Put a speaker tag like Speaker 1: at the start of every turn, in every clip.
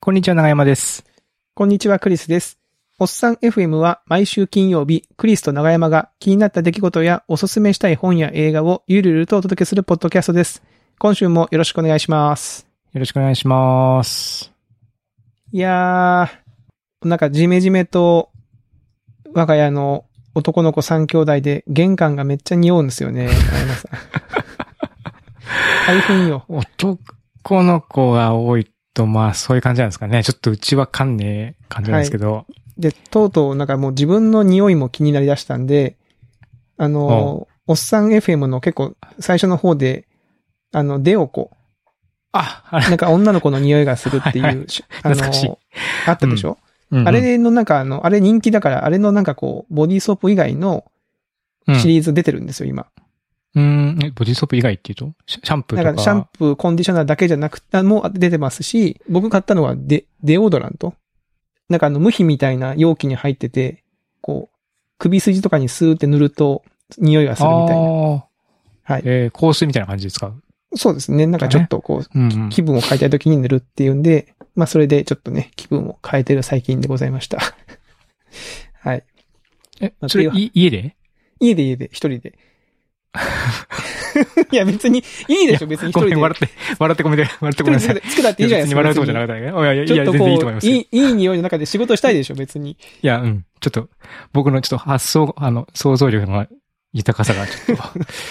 Speaker 1: こんにちは、長山です。
Speaker 2: こんにちは、クリスです。おっさん FM は毎週金曜日、クリスと長山が気になった出来事やおすすめしたい本や映画をゆるゆるとお届けするポッドキャストです。今週もよろしくお願いします。
Speaker 1: よろしくお願いします。
Speaker 2: いやー、なんかジメジメと我が家の男の子3兄弟で玄関がめっちゃ匂うんですよね。長山さん大変よ。
Speaker 1: 男の子が多いと、まあ、そういう感じなんですかね。ちょっとうちはかんねえ感じなんですけど。
Speaker 2: で、とうとうなんかもう自分の匂いも気になりだしたんで、あの、おっさん FM の結構最初の方で、あの、デオコ、
Speaker 1: あ、あれ、
Speaker 2: なんか女の子の匂いがするっていう、
Speaker 1: はいは
Speaker 2: しあの
Speaker 1: 懐かしい、
Speaker 2: あったでしょ、
Speaker 1: うんうん
Speaker 2: あ、れのなんかあの、あれ人気だから、あれのなんかこう、ボディーソープ以外の
Speaker 1: うん
Speaker 2: シリーズ出てるんですよ、今。
Speaker 1: うん、えボディーソープ以外っていうとシャシャンプー
Speaker 2: だ
Speaker 1: と
Speaker 2: か
Speaker 1: から
Speaker 2: シャンプー、コンディショナーだけじゃなくて、もう出てますし、僕買ったのはデ、デオドラント。なんかあの、無比みたいな容器に入ってて、こう、首筋とかにスーって塗ると、匂いがするみたいな。
Speaker 1: ああ。
Speaker 2: はい
Speaker 1: えー香水みたいな感じで使う。
Speaker 2: そうですね。なんかちょっとこう、
Speaker 1: うん、うん。
Speaker 2: 気分を変えたい時に塗るっていうんで、まあそれでちょっとね、気分を変えてる最近でございました。 はい。
Speaker 1: え、
Speaker 2: まあ
Speaker 1: それ、
Speaker 2: っていう
Speaker 1: い家で
Speaker 2: 家で家で、一人 で。いや別に、いいでしょ、別に一
Speaker 1: ご
Speaker 2: 人
Speaker 1: め
Speaker 2: で。
Speaker 1: ん、笑って、笑ってごめ んね笑って
Speaker 2: 一
Speaker 1: ごめんな
Speaker 2: 人
Speaker 1: さい。
Speaker 2: で作だっていいじゃない
Speaker 1: 別に
Speaker 2: ですか。
Speaker 1: 笑うとこじゃな
Speaker 2: 別
Speaker 1: かったから。いや、い
Speaker 2: にちょ
Speaker 1: や、
Speaker 2: っと
Speaker 1: 全然いいと思い
Speaker 2: こ
Speaker 1: ま
Speaker 2: う、
Speaker 1: すよ。
Speaker 2: いい、いい匂いの中で仕事したいでしょ、別に。
Speaker 1: いや、うん。ちょっと、僕のちょっと発想、あの、想像力の豊かさがちょっ
Speaker 2: い
Speaker 1: と、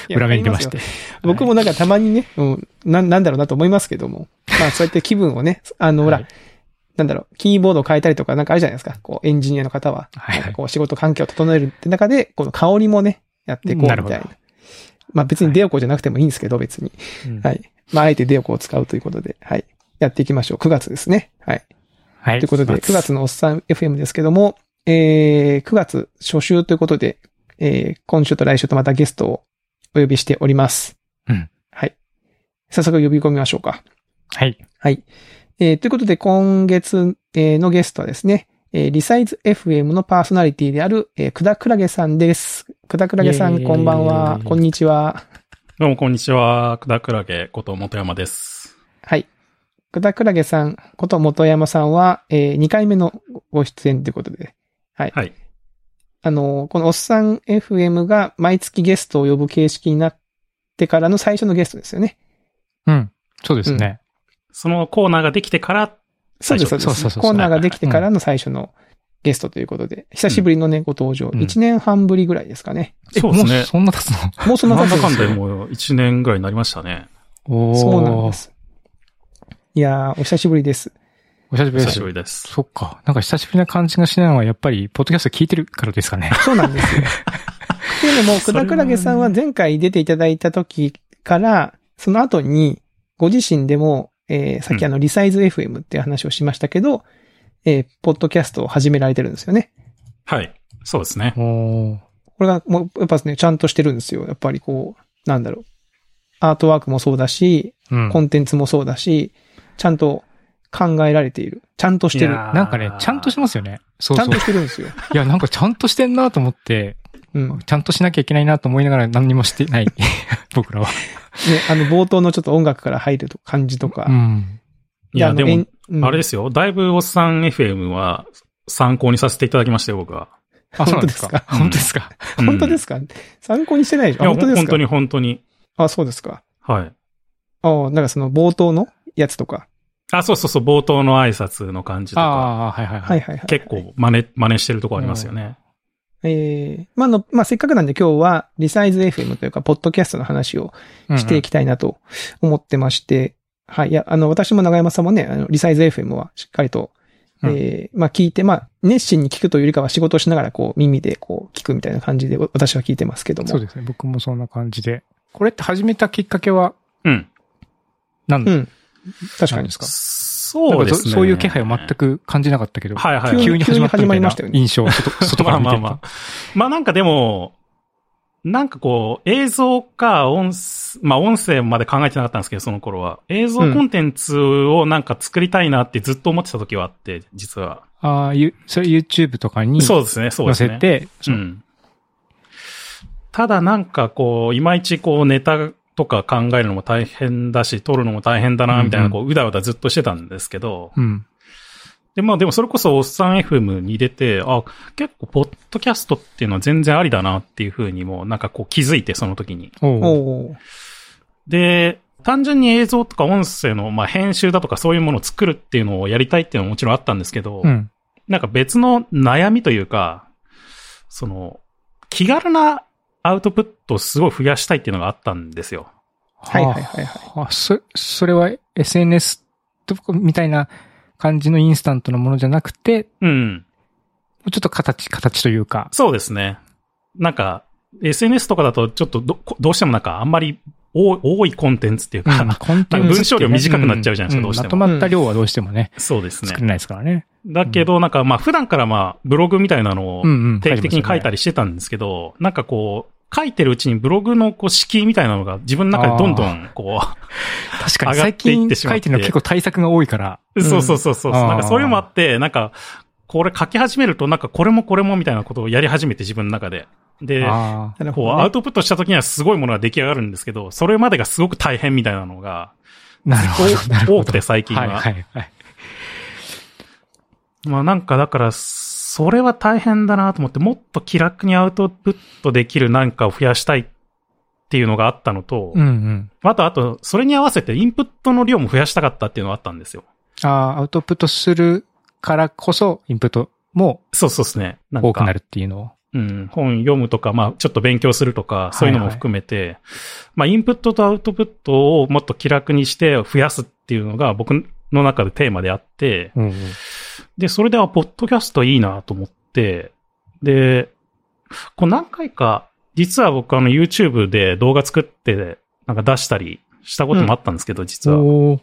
Speaker 2: や
Speaker 1: 裏目に出まし。て。
Speaker 2: 僕もなんかたまにね、うん、な、なんだろうなと思いますけども。まあそうやって気分をね、あの、ほら、
Speaker 1: はい
Speaker 2: なんだろう、キーボードを変えたりとかなんかあるじゃないですか。こう、エンジニアの方は。
Speaker 1: はいはい
Speaker 2: こう、仕事環境を整えるって中で、この香りもね、やっていこうみ
Speaker 1: な
Speaker 2: た
Speaker 1: いるほど
Speaker 2: な。まあ別にデオコじゃなくてもいいんですけど、別に。
Speaker 1: うん
Speaker 2: はい。まああえてデオコを使うということで、はい。やっていきましょう。9月ですね。はい。
Speaker 1: はい。
Speaker 2: ということで、9月
Speaker 1: の。
Speaker 2: のおっさん FM ですけども、えー、9月初週ということで、えー、今週と来週とまたゲストをお呼びしております。
Speaker 1: うん
Speaker 2: はい。早速呼び込みましょうか。
Speaker 1: はい。
Speaker 2: はい。えーということで、今月えーのゲストはですね、えーリサイズ FM のパーソナリティである、えー、くだくらげさんです。くだくらげさ
Speaker 1: イエー
Speaker 2: ん、
Speaker 1: イ
Speaker 2: こんばんは。こんにちは。
Speaker 3: どうも、こんにちは。くだくらげこと元山です。
Speaker 2: はい。くだくらげさんこと元山さんは、え2回目のご出演ということで、
Speaker 3: はい。
Speaker 2: あの、このおっさん FM が毎月ゲストを呼ぶ形式になってからの最初のゲストですよね。
Speaker 1: うん。そうですね。
Speaker 3: そのコーナーができてから、
Speaker 2: そうです、そ
Speaker 1: そう
Speaker 2: うです。
Speaker 1: そうそうそう
Speaker 2: コーナーができてからの最初のゲストということで、久しぶりのね、ご登場。
Speaker 1: うん
Speaker 2: 1年半ぶりぐらいですかね。
Speaker 1: え
Speaker 3: そうです
Speaker 1: もう
Speaker 3: ね。
Speaker 1: そんな経つの
Speaker 2: もうそんな
Speaker 3: な
Speaker 2: 感じ
Speaker 3: んだ
Speaker 2: で
Speaker 3: かん
Speaker 2: す
Speaker 3: だ
Speaker 2: よ。
Speaker 3: もう1年ぐらいになりましたね。
Speaker 1: おー
Speaker 2: そうなんで。す。いやー、お久しぶりです。
Speaker 1: お久しぶり
Speaker 3: 久
Speaker 1: で
Speaker 3: しぶ
Speaker 1: す。
Speaker 3: りです。
Speaker 1: そっか。なんか久しぶりな感じがしないのは、やっぱり、ポッドキャスト聞いてるからですかね。
Speaker 2: そうなんですよ。っていうのも、
Speaker 3: そ
Speaker 2: く
Speaker 3: れは
Speaker 2: だ
Speaker 3: ね
Speaker 2: くらげさんは前回出ていただいた時から、その後に、ご自身でも、えーさっきあの、リサイズ FM っていう話をしましたけど、えーポッドキャストを始められてるんですよね。
Speaker 3: はい。そうですね。
Speaker 1: おー
Speaker 2: これが、もう、やっぱね、ちゃんとしてるんですよ。やっぱりこう、なんだろう。アートワークもそうだし、
Speaker 1: うん
Speaker 2: コ。ンテンツもそうだし、ちゃんと考えられている。ちゃんとして
Speaker 3: い
Speaker 2: る。
Speaker 3: やー
Speaker 1: なんかね、ちゃんとしてますよね。そうそ
Speaker 2: ちゃ
Speaker 1: うん
Speaker 2: と。してるんですよ。
Speaker 1: いや、なんかちゃんとしてんなと思って、
Speaker 2: うん。
Speaker 1: ちゃんとしなきゃいけないなと思いながら何にもしてない。 僕らは。
Speaker 2: ね、あの、冒頭のちょっと音楽から入ると感じとか。。
Speaker 1: うん。
Speaker 3: いや、でも、、あれですすよ。だいぶおっさん FM は参考にさせていただきましたよ、僕は。
Speaker 1: あ、そうなんですか。本当
Speaker 3: 本当
Speaker 1: で
Speaker 3: です
Speaker 1: か。
Speaker 3: うん
Speaker 2: 本当ですか参考にしてないでし
Speaker 3: い
Speaker 2: ょ
Speaker 3: や、
Speaker 2: あ本当です
Speaker 3: 本
Speaker 2: か
Speaker 3: 当に本当に。
Speaker 2: あ、そうですか。
Speaker 3: はい。
Speaker 2: ああ、なんかその冒頭のやつとか。
Speaker 3: あ、そうそうそう、冒頭の挨拶の感じとか、
Speaker 1: ああ、はいはいは。
Speaker 2: はいいはいはい。
Speaker 3: 結構真似、真似してるとこありますよね。
Speaker 2: ええまああの、まあ、せっかくなんで今日はリサイズ FM というか、ポッドキャストの話をしていきたいなと思ってまして、はい。いや、あの、私も長山さんもね、あの、リサイズ FM はしっかりと、
Speaker 1: うん
Speaker 2: ええまあ、聞いて、まあ、熱心に聞くというよりかは仕事をしながら、こう、耳で、こう、聞くみたいな感じで、お私は聞いてますけども。
Speaker 1: そうですね。僕もそんな感じで。これって始めたきっかけは
Speaker 3: うん。
Speaker 1: 何
Speaker 2: う
Speaker 1: なん
Speaker 2: ん。確か
Speaker 1: で
Speaker 2: に。
Speaker 1: すか
Speaker 3: そうです
Speaker 1: なんかそ
Speaker 3: ね。
Speaker 1: そういう気配を全。く感じなかったけど、
Speaker 3: はいはい。
Speaker 1: 急に始まったみたいな印象、 外外か
Speaker 3: ま
Speaker 1: ら
Speaker 3: あ
Speaker 1: 見て
Speaker 3: ま
Speaker 1: る
Speaker 3: あ
Speaker 1: と。
Speaker 3: まあ。まあなんかでも、なんかこう、映像か音声、まあ音声まで考えてなかったんですけど、その頃は。映像コンテンツをなんか作りたいなってずっと思ってた時はあって、実は。
Speaker 1: ああ、ゆそれ YouTube とかに
Speaker 3: そ
Speaker 1: 載
Speaker 3: うですね、そうです
Speaker 1: せ
Speaker 3: ね。
Speaker 1: て、
Speaker 3: う
Speaker 1: その
Speaker 3: ん。ただなんかこう、いまいちこうネタとか考えるのも大変だし、撮るのも大変だな、みたい
Speaker 1: うんう
Speaker 3: な、
Speaker 1: ん
Speaker 3: こう、うだうだずっとしてたんですけど、
Speaker 1: うん。
Speaker 3: で、まあでもそれこそおっさん FM に出て、あ、結構ポッドキャストっていうのは全然ありだなっていうふうにも、なんかこう気づいて、その時に。
Speaker 1: おう
Speaker 2: おう
Speaker 3: で、単純に映像とか音声の、まあ、編集だとかそういうものを作るっていうのをやりたいっていうのはもちろんあったんですけど、
Speaker 1: うん。。
Speaker 3: なんか別の悩みというか、その、気軽なアウトプットをすごい増やしたいっていうのがあったんですよ。
Speaker 2: はいはいはいはい
Speaker 1: あ、そ、それは SNS とかみたいな感じのインスタントのものじゃなくて、
Speaker 3: うん。
Speaker 1: もうちょっと形、形というか。
Speaker 3: そうですね。なんか、SNS とかだとちょっとど、どうしてもなんかあんまり多多いコンテンツっていうか、
Speaker 1: うんコンテンツってね
Speaker 3: 文章量短くなっちゃうじゃないですか
Speaker 1: ん
Speaker 3: どうしても
Speaker 1: まとまった量はどうしてもね、
Speaker 3: そうです
Speaker 1: 作れ
Speaker 3: ね。
Speaker 1: ないですからね。
Speaker 3: だけど、なんかまあ普段からまあブログみたいなのを
Speaker 1: うんうん。
Speaker 3: 定期的に書いた
Speaker 1: り。
Speaker 3: りしてたんですけど、なんかこう、書いてるうちにブログのこう敷居みたいなのが自分の中でどんどんこ
Speaker 1: 確かに
Speaker 3: 上がっ
Speaker 1: 最
Speaker 3: ていっ
Speaker 1: 近
Speaker 3: てしま
Speaker 1: 書
Speaker 3: って
Speaker 1: いてるの結構対策が多いから。
Speaker 3: う、 そうそうそうそう、
Speaker 1: あー
Speaker 3: なんかそういうのもあって、なんか、これ書き始めるとなんかこれもこれもみたいなことをやり始めて自分の中で。で、
Speaker 1: ああ。
Speaker 2: なるほ
Speaker 3: こう
Speaker 2: どね
Speaker 3: アウトプットした時にはすごいものが出来上がるんですけど、それまでがすごく大変みたいなのが
Speaker 1: なるほど。なるほど
Speaker 3: 多くて最近は。
Speaker 1: はいはいはい。
Speaker 3: まあなんかだから、それは大変だなと思って、もっと気楽にアウトプットできるなんかを増やしたいっていうのがあったのと、
Speaker 1: うんうん。
Speaker 3: あとあと、それに合わせてインプットの量も増やしたかったっていうのがあったんですよ。
Speaker 1: ああ、アウトプットするからこそ、インプットも
Speaker 3: そうそうですね。なんか
Speaker 1: 多くなるっていうのを。
Speaker 3: うん、本読むとか、まあ、ちょっと勉強するとか、そういうのも含めて、まあ、インプットとアウトプットをもっと気楽にして増やすっていうのが僕の中でテーマであって、
Speaker 1: うんうん。
Speaker 3: で、それでは、ポッドキャストいいなと思って、で、こう何回か、実は僕あの YouTube で動画作って、なんか出したりしたこともあったんですけど、実は。
Speaker 1: おー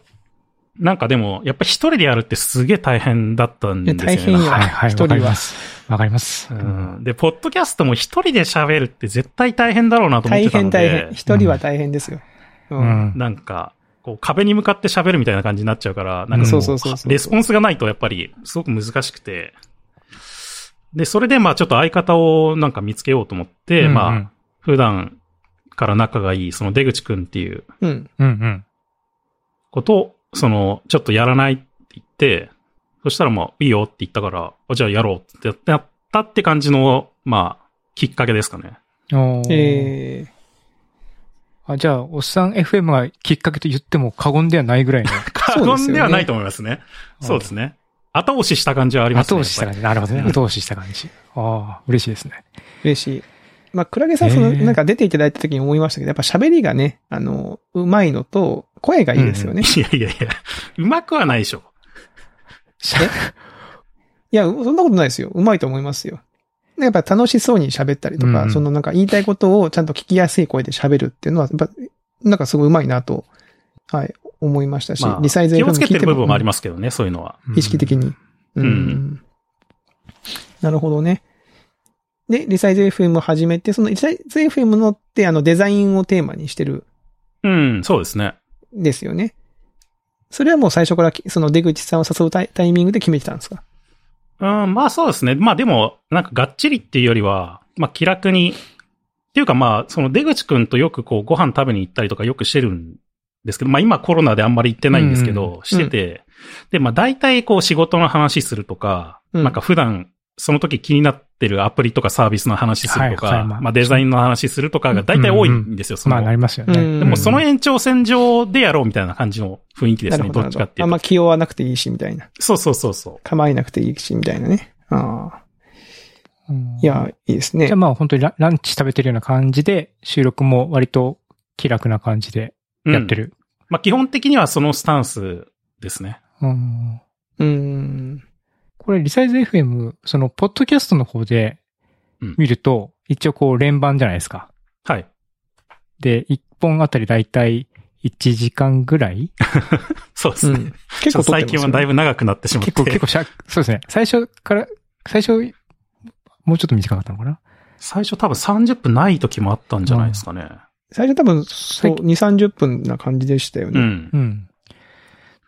Speaker 3: なんかでも、やっぱ一人でやるってすげえ大変だったん
Speaker 2: い
Speaker 3: で
Speaker 2: や
Speaker 3: すよ
Speaker 2: 大
Speaker 3: ね。
Speaker 2: 変よ
Speaker 3: なんか
Speaker 1: はいはい。
Speaker 2: 一人は
Speaker 1: わかります。わかります。
Speaker 3: うんで、ポッドキャストも一人で喋るって絶対大変だろうなと思っ
Speaker 2: 大
Speaker 3: てたの
Speaker 2: 変
Speaker 3: で。
Speaker 2: 大変。一人は大変ですよ。う
Speaker 1: う。ん。
Speaker 3: なんか、こう壁に向かって喋るみたいな感じになっちゃうから、なんか
Speaker 1: そう
Speaker 2: そううそうそうそう
Speaker 3: レスポンスがないとやっぱりすごく難しくて。で、それでまあちょっと相方をなんか見つけようと思って、
Speaker 1: うんうん
Speaker 3: まあ、普段から仲がいいその出口くんっていう
Speaker 2: うん。
Speaker 1: うんうん。
Speaker 3: ことを、そのちょっとやらないって言って、そしたらまあいいよって言ったから、あじゃあやろうってやってやったって感じの、まあ、きっかけですかね。
Speaker 1: おー
Speaker 2: え
Speaker 1: あじゃあ、おっさん FM がきっかけと言っても過言ではないぐらいの。
Speaker 3: 過
Speaker 2: そうですよね
Speaker 3: 言ではないと思いますね。そうですね。後押しした感じはあります
Speaker 1: 後
Speaker 3: ね。
Speaker 1: 押しした
Speaker 3: やっ
Speaker 1: 感じ。なるほどね。後押しした感じ。ああ、嬉しいですね。
Speaker 2: ー嬉しい。まあ、クラゲさん、その、
Speaker 1: えー
Speaker 2: なんか出ていただいた時に思いましたけど、やっぱ喋りがね、あの、うまいのと、声がいいですよね。
Speaker 3: ぱり。いやいやいや、うまくはないでしょ。
Speaker 2: いや、そんなことないですよ。うまいと思いますよ。やっぱ楽しそうに喋ったりとか、
Speaker 1: うん
Speaker 2: そのなんか言いたいことをちゃんと聞きやすい声で喋るっていうのは、やっぱ、なんかすごいうまいなと、はい、思いましたし、
Speaker 3: まあ、
Speaker 2: リサイズ
Speaker 3: 気をつけてる部分もあり
Speaker 2: ま
Speaker 3: ますけどね、そういうのは。
Speaker 1: うん
Speaker 2: 意識的に。うん。
Speaker 3: うん
Speaker 2: なるほどね。で、リサイズ FM を始めて、そのリサイズ FM のって、あの、デザインをテーマにしてる
Speaker 3: うん、そうですね。
Speaker 2: んですよね。それはもう最初からき、その出口さんを誘うタイタイミングで決めてたんですか
Speaker 3: うん、まあそうですね。まあでも、なんかがっちりっていうよりは、まあ気楽に、っていうかまあ、その出口くんとよくこうご飯食べに行ったりとかよくしてるんですけど、まあ今コロナであんまり行ってないんですけど、してて、で、まあ大体こう仕事の話するとか、
Speaker 2: うん
Speaker 3: なんか普段その時気になってるアプリとかサービスの話するとか、
Speaker 1: はいはいまあ
Speaker 3: まあデザインの話するとかが大体多いんですよ、そ の。
Speaker 1: まあ、なりますよね。
Speaker 2: うん
Speaker 3: でもその延長線上でやろうみたいな感じの雰囲気で
Speaker 2: な
Speaker 3: す
Speaker 2: る
Speaker 3: ね、
Speaker 2: ほ
Speaker 3: ど
Speaker 2: どな
Speaker 3: っ
Speaker 2: るほ
Speaker 3: ちか
Speaker 2: ど
Speaker 3: っ。てい
Speaker 2: あ
Speaker 3: うんと
Speaker 2: ま。気負わなくていいし、みたいな。
Speaker 3: そうそうそうそう。
Speaker 2: 構えなくていいし、みたいなね。ああ。
Speaker 1: うん
Speaker 2: いや、いいです
Speaker 1: じ
Speaker 2: ね
Speaker 1: ゃあ。まあ本当にラランチ食べてるような感じで、収録も割と気楽な感じでやって
Speaker 3: る。
Speaker 1: る。
Speaker 3: まあ基本的にはそのスタンスですね。
Speaker 1: うん
Speaker 2: うん。
Speaker 1: これ、リサイズ FM、その、ポッドキャストの方で
Speaker 3: うん
Speaker 1: 見ると、一応こう連番じゃないですか。
Speaker 3: はい。
Speaker 1: で、一本あたりだいたい1時間ぐらい
Speaker 3: そうですね。
Speaker 2: 結構撮ってますよ
Speaker 3: 最近はだいぶ長くなってしまって。
Speaker 1: 結構、結構しゃ、そうですね。最初から、最初、もうちょっと短かったのかな
Speaker 3: 最初多分30分ない時もあったんじゃないですかね。
Speaker 2: 最初多分、そ
Speaker 1: 最
Speaker 2: う、2、30分な感じでしたよ
Speaker 3: う
Speaker 2: ね。
Speaker 3: ん
Speaker 1: う。ん。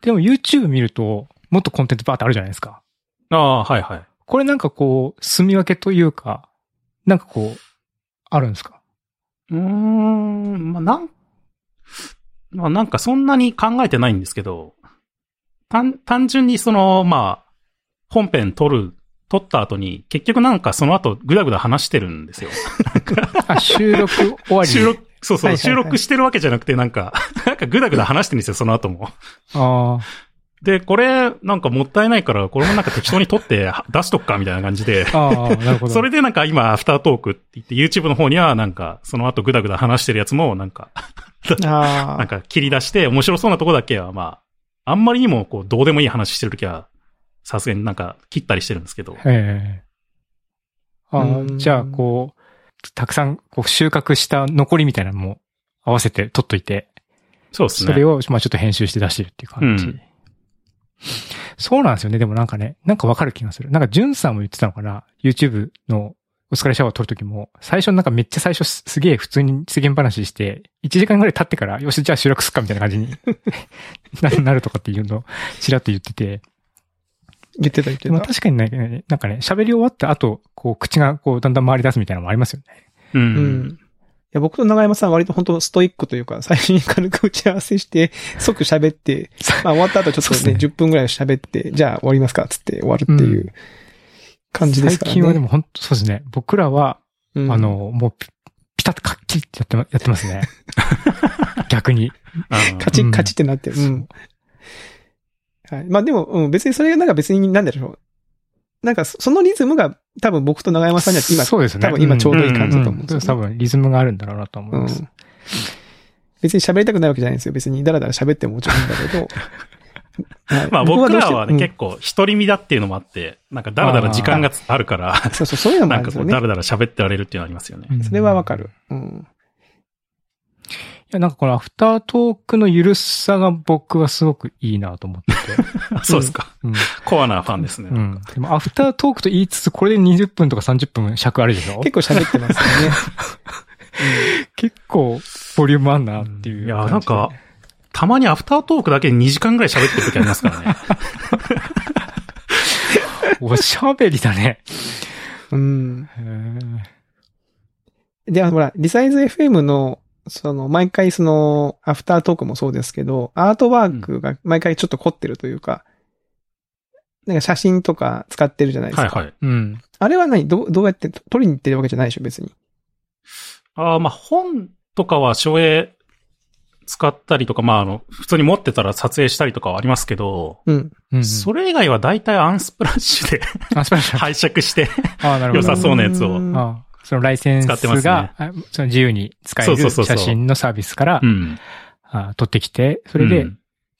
Speaker 1: でも YouTube 見ると、もっとコンテンツバーってあるじゃないですか。
Speaker 3: ああ、はいはい。
Speaker 1: これなんかこう、住み分けというか、なんかこう、あるんですか
Speaker 3: うーん、まあなん、まあなんかそんなに考えてないんですけど、単、単純にその、まあ、本編撮る、撮った後に、結局なんかその後、ぐだぐだ話してるんですよ。
Speaker 1: あ、収録終わり。
Speaker 3: 収録、そうそう、
Speaker 2: はいはいはい
Speaker 3: 収録してるわけじゃなくて、なんか、なんかぐだぐだ話してるんですよ、その後も。
Speaker 1: あ
Speaker 3: で、これ、なんかもったいないから、これもなんか適当に撮って は出しとくか、みたいな感じで
Speaker 1: あ。。ああ、なるほど。
Speaker 3: それでなんか今、アフタートークって言って、YouTube の方にはなんか、その後ぐだぐだ話してるやつも、なんか、
Speaker 2: あ
Speaker 3: なん
Speaker 2: あ。
Speaker 3: か切り出して、面白そうなとこだけは、まあ、あんまりにも、こう、どうでもいい話してるときは、さすがになんか切ったりしてるんですけど。
Speaker 1: ええあ
Speaker 2: うん
Speaker 1: あ、じゃあ、こう、たくさん、こう、収穫した残りみたいなのも合わせて取っといて、
Speaker 3: そうですね。
Speaker 1: それを、まあちょっと編集して出してるっていう感じ。
Speaker 3: うん
Speaker 1: そうなんですよね。でもなんかね、なんかわかる気がする。なんか、ジュンさんも言ってたのかな ?YouTube のお疲れシャワー撮るときも、最初なんかめっちゃ最初すすげえ普通に世間話して、1時間ぐらい経ってから、よし、じゃあ収録すっかみたいな感じに ななるとかっていうのを、ちらっと言ってて。
Speaker 2: 言ってた言って
Speaker 1: でも
Speaker 2: た。
Speaker 1: 確かにね、なんかね、喋り終わった後、こう、口がこう、だんだん回り出すみたいなのもありますよね。
Speaker 3: う。
Speaker 2: うん ん。いや、僕と長山さんは割と本当ストイックというか、 最初に軽く打ち合わせして、即喋って、まあ終わった後ちょっと
Speaker 1: そう
Speaker 2: ね、
Speaker 1: っす
Speaker 2: 10分ぐらい喋って、じゃあ終わりますか、つって終わるっていう感じですからね。
Speaker 1: 最近はでも本当そうですね。僕らは、
Speaker 2: うん
Speaker 1: あ、の、もうピ、ピタッとカッチリってやってまやって ますね。逆に。
Speaker 3: あ
Speaker 2: カチッカチッってなってる。うんはい。まあでも、うん、別にそれがなんか別になんだろう。なんかそそのリズムが多分僕と長山さんには今、
Speaker 1: そうですね。
Speaker 2: 多分今ちょうどいい感じだと思うん
Speaker 1: ん
Speaker 2: ですよね
Speaker 1: 多分リズムがあるんだろうなと思います。
Speaker 2: うん別に喋りたくないわけじゃないんですよ。別にダラダラ喋ってももちろんいいんだけど。はい
Speaker 3: まあ僕らはね、
Speaker 2: うん
Speaker 3: 結構独り身だっていうのもあって、なんかダラダラ時間があるから、
Speaker 2: そうそう、そういうのもあ
Speaker 3: な
Speaker 2: る
Speaker 3: ん
Speaker 2: んで
Speaker 3: か
Speaker 2: す
Speaker 3: こ
Speaker 2: よ
Speaker 3: う、
Speaker 2: ね
Speaker 3: だ。らだら喋ってられるっていうのありますよね。
Speaker 1: うん
Speaker 2: それはわかる。。うん。
Speaker 1: いや、なんかこのアフタートークのゆるさが僕はすごくいいなと思ってて。
Speaker 3: そうですか。
Speaker 1: うん。
Speaker 3: コアなファンですね。
Speaker 1: うん。でもアフタートークと言いつつ、これで20分とか30分尺あるでしょ
Speaker 2: 結構喋ってますよね。
Speaker 1: 結構ボリュームあんなっていう、
Speaker 3: いや、なんか、、たまにアフタートークだけで2時間ぐらい喋ってる時ありますか らね。
Speaker 1: おしゃべりだね。
Speaker 2: うん。
Speaker 1: へー
Speaker 2: で、あのほら、リサイズ FM の、その、毎回その、アフタートークもそうですけど、アートワークが毎回ちょっと凝ってるというか、なんか写真とか使ってるじゃないですか。
Speaker 3: はいはい。
Speaker 1: うん。
Speaker 2: あれは何どうどうやって撮撮りに行ってるわけじゃないでしょ、別に。
Speaker 3: ああ、まあ本とかは書影使ったりとか、まああの、普通に持ってたら撮影したりとかはありますけど、
Speaker 2: うん。
Speaker 1: うん、
Speaker 3: それ以外は大体アンスプラッシュで
Speaker 1: あ、素晴らしい。
Speaker 3: 拝借して、
Speaker 1: ああ、なるほ
Speaker 3: 良
Speaker 1: ど。
Speaker 3: さそうなやつを
Speaker 2: ん
Speaker 1: ああそのライセンス
Speaker 3: 使ってますね
Speaker 1: が、あその自由に使え
Speaker 3: そうそう
Speaker 1: る
Speaker 3: そうそう
Speaker 1: 写真のサービスから
Speaker 3: うん。
Speaker 1: あ取ってきて、そ
Speaker 3: そ
Speaker 1: れで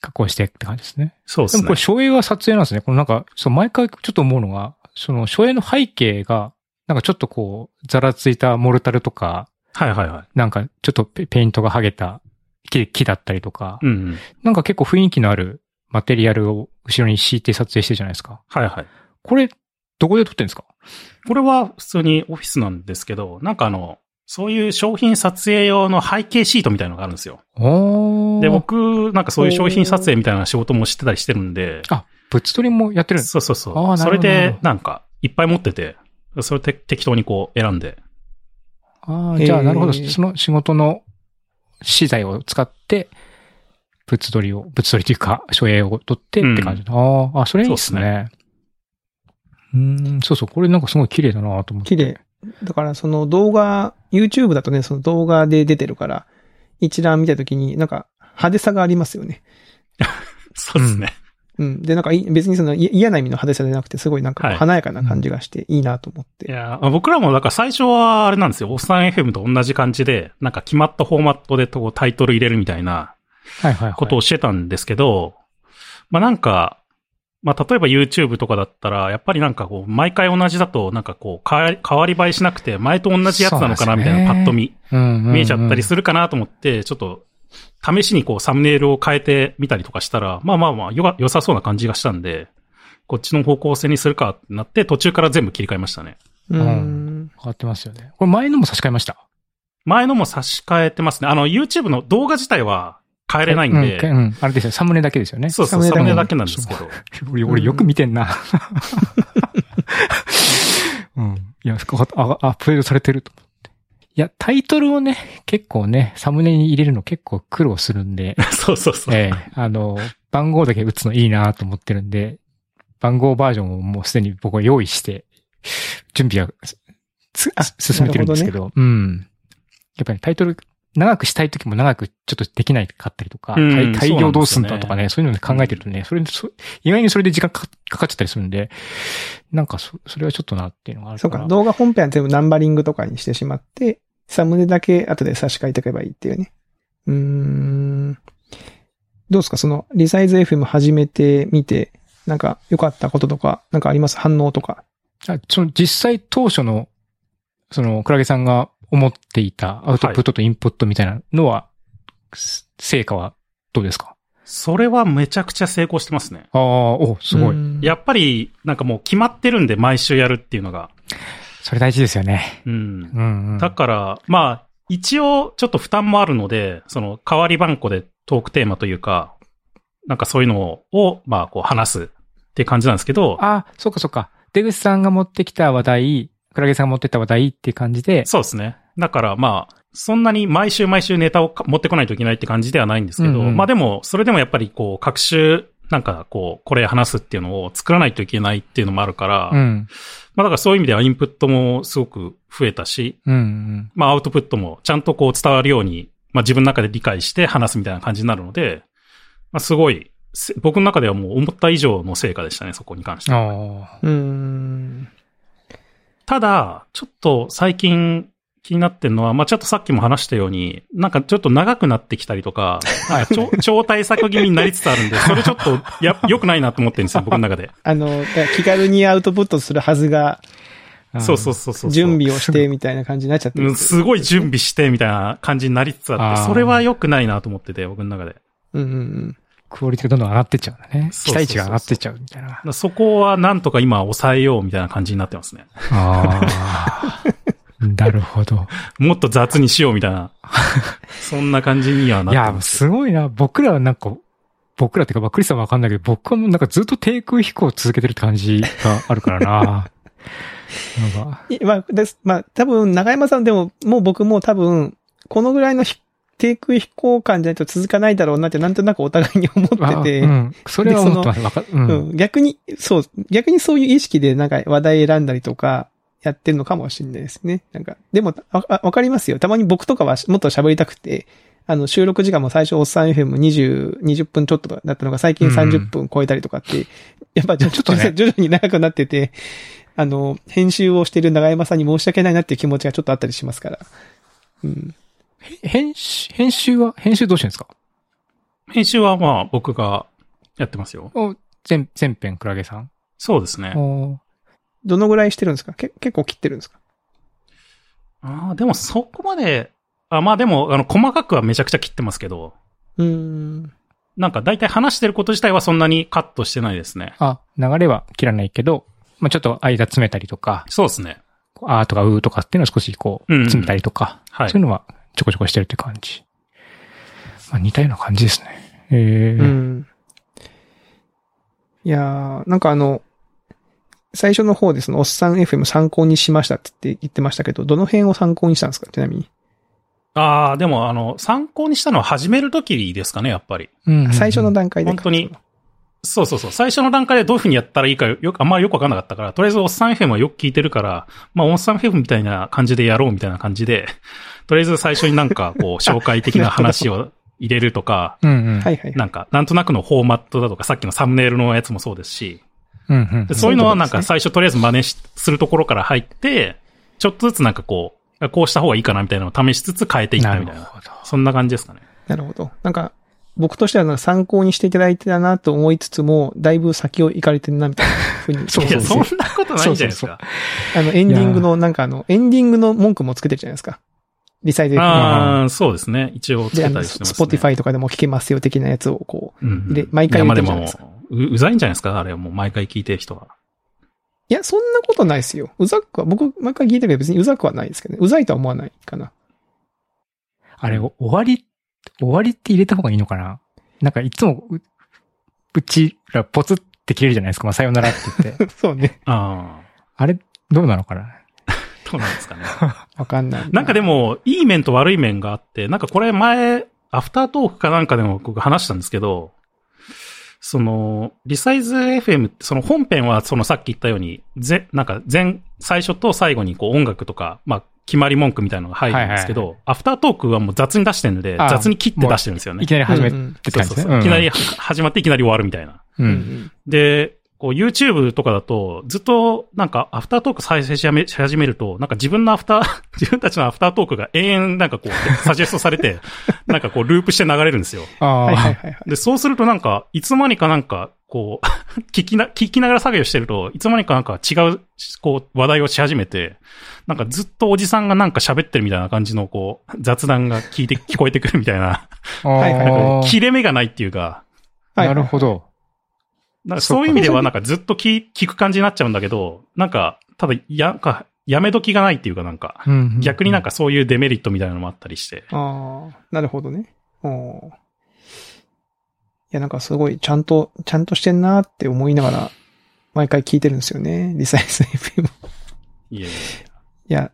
Speaker 1: 加工してって感じですね。
Speaker 3: そうで
Speaker 1: ですも
Speaker 3: ね
Speaker 1: これ、。省映は撮影なんですね。このなんか、そう、毎回ちょっと思うのが、その、省映の背景が、なんかちょっとこう、ざらついたモルタルとか、
Speaker 3: はいはいはい。
Speaker 1: なんかちょっとペペイントが剥げた木木だったりとか、
Speaker 3: うんうん。
Speaker 1: なんか結構雰囲気のあるマテリアルを後ろに敷いて撮影してるじゃないですか。
Speaker 3: はいはい。
Speaker 1: これ、どこで撮ってるんですか
Speaker 3: これは普通にオフィスなんですけど、なんかあの、そういう商品撮影用の背景シートみたいなのがあるんですよ。
Speaker 1: お
Speaker 3: で、、僕、なんかそういう商品撮影みたいな仕事もしてたりしてるんで、
Speaker 1: あ、ぶつ撮りもやってるんです
Speaker 3: そうそうそ
Speaker 1: あーなるほ
Speaker 3: う。
Speaker 1: ど
Speaker 3: それ
Speaker 1: なるほ、
Speaker 3: でなんか、いっぱい持ってて、それで適当にこう選んで。
Speaker 1: ああ、じゃ
Speaker 2: え
Speaker 1: あ、
Speaker 2: ー
Speaker 1: なるほど。その仕事の資材を使って、物撮りを、物撮りというか、所影を取ってって感じだ。あーあ、それいいですね。うーん、そうそう。これなんかすごい綺麗だなと思って。
Speaker 2: 綺麗。だからその動画、YouTube だとね、その動画で出てるから、一覧見たときに、なんか派手さがありますよね。
Speaker 3: そうですね。
Speaker 2: うん。で、なんかい別にそのい嫌な意味の派手さじゃなくて、すごいなんかこう
Speaker 3: はい
Speaker 2: 華やかな感じがして、いいなと思っ
Speaker 3: い
Speaker 2: て。
Speaker 3: やー、僕らもだから最初はあれなんですよ。おっさん FM と同じ感じで、なんか決まったフォーマットでとこうタイトル入れるみたいな
Speaker 1: はいはいはい。
Speaker 3: ことをしてたんですけど、まあなんか、まあ例えば YouTube とかだったら、やっぱりなんかこう、毎回同じだと、なんかこう変わり、変わり映えしなくて、前と同じやつなのかなみたいな
Speaker 1: そう
Speaker 3: パ
Speaker 1: なん
Speaker 3: ッ
Speaker 1: です
Speaker 3: と
Speaker 1: よ
Speaker 3: 見、見
Speaker 1: 見
Speaker 3: えちゃったり
Speaker 1: る。
Speaker 3: するかなと思って、ちょっと、試しにこうサムネイルを変えてみたりとかしたら、まあまあまあ、よが、良さそうな感じがしたんで、こっちの方向性にするかってなって、途中から全部切り替えましたね。
Speaker 2: う
Speaker 1: うん
Speaker 2: ん。
Speaker 1: 変わってますよね。これ前のも差し替えました。
Speaker 3: 前のも差し替えてますね。あの、YouTube の動画自体は変えれないんで、
Speaker 1: うんうんあれですよ。サムネだけですよね。
Speaker 3: そうそう、
Speaker 2: サ
Speaker 3: サ
Speaker 2: ム
Speaker 3: ム
Speaker 2: ネ
Speaker 3: ネ
Speaker 2: だ
Speaker 3: だ
Speaker 1: け
Speaker 3: けなんですけど。
Speaker 1: 俺、俺よく見てんな。うん。いや、ああアップデートされてると思って。いや、タイトルをね、結構ね、サムネに入れるの結構苦労するんで、
Speaker 3: そうそうそう。
Speaker 1: ええあの、番号だけ打つのいいなと思ってるんで、番号バージョンをもうすでに僕は用意して、準備はつ進めてるんですけど、うん。やっぱりタイトル、長くしたい時も長くちょっとできないかったりとか、
Speaker 3: うん
Speaker 1: 大大量どうすん
Speaker 3: そ
Speaker 1: だ
Speaker 3: うなんですよね
Speaker 1: とかね、そういうので考えてるとね、それ、そ意外にそれで時間かかかかっちゃったりするんで、なんかそ、それはちょっとなっていうのがある
Speaker 2: そう
Speaker 1: ら
Speaker 2: か、動画本編は全部ナンバリングとかにしてしまって、サムネだけ後で差し替えておけばいいっていうね。うーん。どうですかその、リサイズ FM 始めてみて、なんか良かったこととか、なんかあります反応とか。
Speaker 1: あその実際当初の、その、クラゲさんが思っていたアウトプットとインプットみたいなのは、す成果はどうですか
Speaker 3: それはめちゃくちゃ成功してますね。
Speaker 1: ああ、お、すごい。
Speaker 2: い
Speaker 3: やっぱり、なんかもう決まってるんで、毎週やるっていうのが。
Speaker 1: それ大事ですよね。
Speaker 3: うん。
Speaker 1: うん、うん。
Speaker 3: だから、まあ、一応、ちょっと負担もあるので、その、代わり番号でトークテーマというか、なんかそういうのを、まあ、こう、話すっていう感じなんですけど、
Speaker 1: あ、そうかそうか。出口さんが持ってきた話題、クラゲさんが持ってった話題っていう感じで、
Speaker 3: そうですね。だから、まあ、そんなに毎週毎週ネタをか持ってこないといけないって感じではないんですけど、
Speaker 1: うんうん
Speaker 3: まあでも、それでもやっぱり、こう、各週、なんか、こう、これ話すっていうのを作らないといけないっていうのもあるから、
Speaker 1: うん。
Speaker 3: まあだからそういう意味ではインプットもすごく増えたし、
Speaker 1: うん、うん。
Speaker 3: まあアウトプットもちゃんとこう伝わるように、まあ自分の中で理解して話すみたいな感じになるので、まあすごい、せ僕の中ではもう思った以上の成果でしたね、そこに関しては。
Speaker 1: ああ。
Speaker 2: うーん。
Speaker 3: ただ、ちょっと最近気になってるのは、まあちょっとさっきも話したように、なんかちょっと長くなってきたりとか、なんか超超対策気味になりつつあるんで、それちょっとや良くないなと思ってるんですよ、僕の中で。
Speaker 2: あの、だから気軽にアウトプットするはずが、
Speaker 1: ん
Speaker 3: そうそうそうそう。
Speaker 2: 準備をしてみたいな感じになっちゃって
Speaker 3: う
Speaker 2: る
Speaker 3: ん。すごい準備してみたいな感じになりつつあっ
Speaker 1: あ
Speaker 3: て、
Speaker 1: ー
Speaker 3: それは良くないなと思ってて、僕の中で。だか
Speaker 2: うんうんうん。
Speaker 1: クオリティがどんどん上がってっちゃうんだね。期
Speaker 3: そうそうそうそう
Speaker 1: 待値が上がってっちゃうみたいな。
Speaker 3: らそこはなんとか今抑えようみたいな感じになってますね。
Speaker 1: ああ。 なるほど。
Speaker 3: もっと雑にしようみた いな。そんな感じにはいなって
Speaker 1: や、
Speaker 3: ます。
Speaker 1: すごいな。僕らはなんか、僕らっていうか、まあクリスさんはわかんないけど、僕はもうなんかずっと低空飛行を続けてるって感じがあるからな。なんか、
Speaker 2: いまあ、です。まあ、多分、長山さんでも、もう僕も多分、このぐらいのひ低空飛行感じゃないと続かないだろうなって、なんとなくお互いに思ってて、
Speaker 1: あうん。それは思ってます。わかう。
Speaker 2: うんん逆に、そう、逆にそういう意識で、なんか話題選んだりとか、やってるのかもしれないですね。なんか、でも、ああわかりますよ。たまに僕とかはもっと喋りたくて、あの、収録時間も最初、おっさん FM20、20分ちょっとだったのが、最近
Speaker 1: うん
Speaker 2: 30分超えたりとかって、やっぱちょ
Speaker 1: ちょっとね
Speaker 2: 徐々に徐々に長くなってて、あの、編集をしている長山さんに申し訳ないなっていう気持ちがちょっとあったりしますから。うん。
Speaker 1: 編集、編集は、編集どうしてるんですか
Speaker 3: 編集はまあ僕がやってますよ。
Speaker 1: お全、全編クラゲさん。
Speaker 3: そうですね。
Speaker 1: お
Speaker 2: どのぐらいしてるんですかけ結構切ってるんですか
Speaker 3: ああ、でもそこまで、あまあでも、あの、細かくはめちゃくちゃ切ってますけど、
Speaker 2: うーん。
Speaker 3: なんか大体話してること自体はそんなにカットしてないですね。
Speaker 1: あ、流れは切らないけど、まあちょっと間詰めたりとか、
Speaker 3: そうですね。
Speaker 1: あーとかうーとかっていうのは少しこう、
Speaker 3: うんうん
Speaker 1: 詰めたりとか、
Speaker 3: はい
Speaker 1: そういうのはちょこちょこしてるって感じ。まあ似たような感じですね。えー
Speaker 2: うん。いやー、なんかあの、最初の方でそのおっさん FM 参考にしましたって言って言ってましたけど、どの辺を参考にしたんですかちなみに。
Speaker 3: ああ、でもあの、参考にしたのは始めるときですかね、やっぱり。
Speaker 1: うんうんうん
Speaker 2: 最初の段階で。
Speaker 3: 本当に。そうそうそう。最初の段階でどういうふうにやったらいいかよく、あんまよくわかんなかったから、とりあえずおっさん FM はよく聞いてるから、まあおっさん FM みたいな感じで やろうみたいな感じで、とりあえず最初になんかこう、紹介的な話を入れるとか、
Speaker 1: うんうん。
Speaker 2: はいはい。
Speaker 3: なんか、なんとなくのフォーマットだとか、さっきのサムネイルのやつもそうですし、
Speaker 1: うんうんうん
Speaker 3: でそういうのはなん
Speaker 2: そういうとこですね
Speaker 3: か最初とりあえず真似しするところから入って、ちょっとずつなんかこう、こうした方がいいかなみたいなのを試しつつ変えていっ
Speaker 1: な
Speaker 3: た
Speaker 1: る
Speaker 3: みたいな。
Speaker 1: ほど。
Speaker 3: そんな感じですかね。
Speaker 2: なるほど。なんか、僕としてはなんか参考にしていただいてたなと思いつつも、だいぶ先を行かれてるなみたいなふうに。
Speaker 1: そう
Speaker 3: い や、そ
Speaker 1: そうん
Speaker 3: なことないんじゃないです
Speaker 1: そうそうそう
Speaker 3: か。
Speaker 2: あの、エンディングの、なんかあの、エンディングの文句もつけてるじゃないですか。リサイド
Speaker 3: ああ、そうですね。一応つ
Speaker 2: で、あ
Speaker 3: けた
Speaker 2: の、
Speaker 3: りしてます、ね。
Speaker 2: スポティファイとかでも聞けますよ的なやつをこう、
Speaker 3: うん
Speaker 2: で毎回
Speaker 3: いやまあ
Speaker 2: 言
Speaker 3: で
Speaker 2: ってる
Speaker 3: も
Speaker 2: じゃ、
Speaker 3: ううざいんじゃないですかあれはもう毎回聞いてる人は。
Speaker 2: いや、そんなことないですよ。うざくは、僕、毎回聞いてるけど別にうざくはないですけどね。うざいとは思わないか な。
Speaker 1: あれ、お終わり、終わりって入れた方がいいのかななんかいつも、ううちらポツって切れるじゃないですか。まあ、さよならって言 って。
Speaker 2: そうね。
Speaker 3: あ
Speaker 1: あれ、どうなのかな
Speaker 3: あ。どうなんですかね。
Speaker 2: わかんない。
Speaker 3: なんかで
Speaker 2: も、
Speaker 3: も、いい面と悪い面があって、なんかこれ前、アフタートークかなんかでも僕話したんですけど、その、リサイズ FM って、その本編はそのさっき言ったように、ぜ、なんか前、最初と最後にこう音楽とか、まあ、決まり文句みたいなのが入るんですけど、
Speaker 1: はい
Speaker 3: アフタートークはもう雑に出してるので、
Speaker 1: あ
Speaker 3: 雑に切って出してるんですよね。
Speaker 1: いきなり始め
Speaker 2: う
Speaker 1: て
Speaker 2: ん
Speaker 1: っ
Speaker 2: うん
Speaker 1: て感じ
Speaker 3: そう
Speaker 1: で
Speaker 3: そ
Speaker 1: す
Speaker 3: うそう
Speaker 1: ね。
Speaker 3: いきなりは始まっていきなり終わるみたいな。
Speaker 1: うん。う。
Speaker 2: うんん
Speaker 3: で、こう YouTube とかだと、ずっとなんかアフタートーク再生しめし始めると、なんか自分のアフター、 自分たちのアフタートークが永遠なんかこう、 サジェストされて、なんかこうループして流れるんですよ。
Speaker 2: は
Speaker 1: あ
Speaker 2: いはいはいはい。
Speaker 3: で、そうするとなんか、いつまにかなんか、こう、 聞きな、聞きながら作業してると、いつまにかなんか違う、こう、話題をし始めて、なんかずっとおじさんがなんか喋ってるみたいな感じの、こう、雑談が聞いて、聞こえてくるみたいな、
Speaker 1: あ。
Speaker 2: はいはい
Speaker 1: あー
Speaker 3: 切れ目がないっていうか、
Speaker 2: はい
Speaker 1: なるほど。
Speaker 3: なんかそういう意味ではなんかずっと聞聞く感じになっちゃうんだけど、なんか、ただ、や、なんか、やめ時がないっていうかなんか、
Speaker 1: うん
Speaker 3: 逆になん
Speaker 1: か。
Speaker 3: かそういうデメリットみたいなのもあったりして、
Speaker 2: ああ、なるほどね。おーいや、なんかすごい、ちゃんと、ちゃんとしてんなーって思いながら、毎回聞いてるんですよね。リサイズ FM。い
Speaker 3: いえいえ
Speaker 2: や、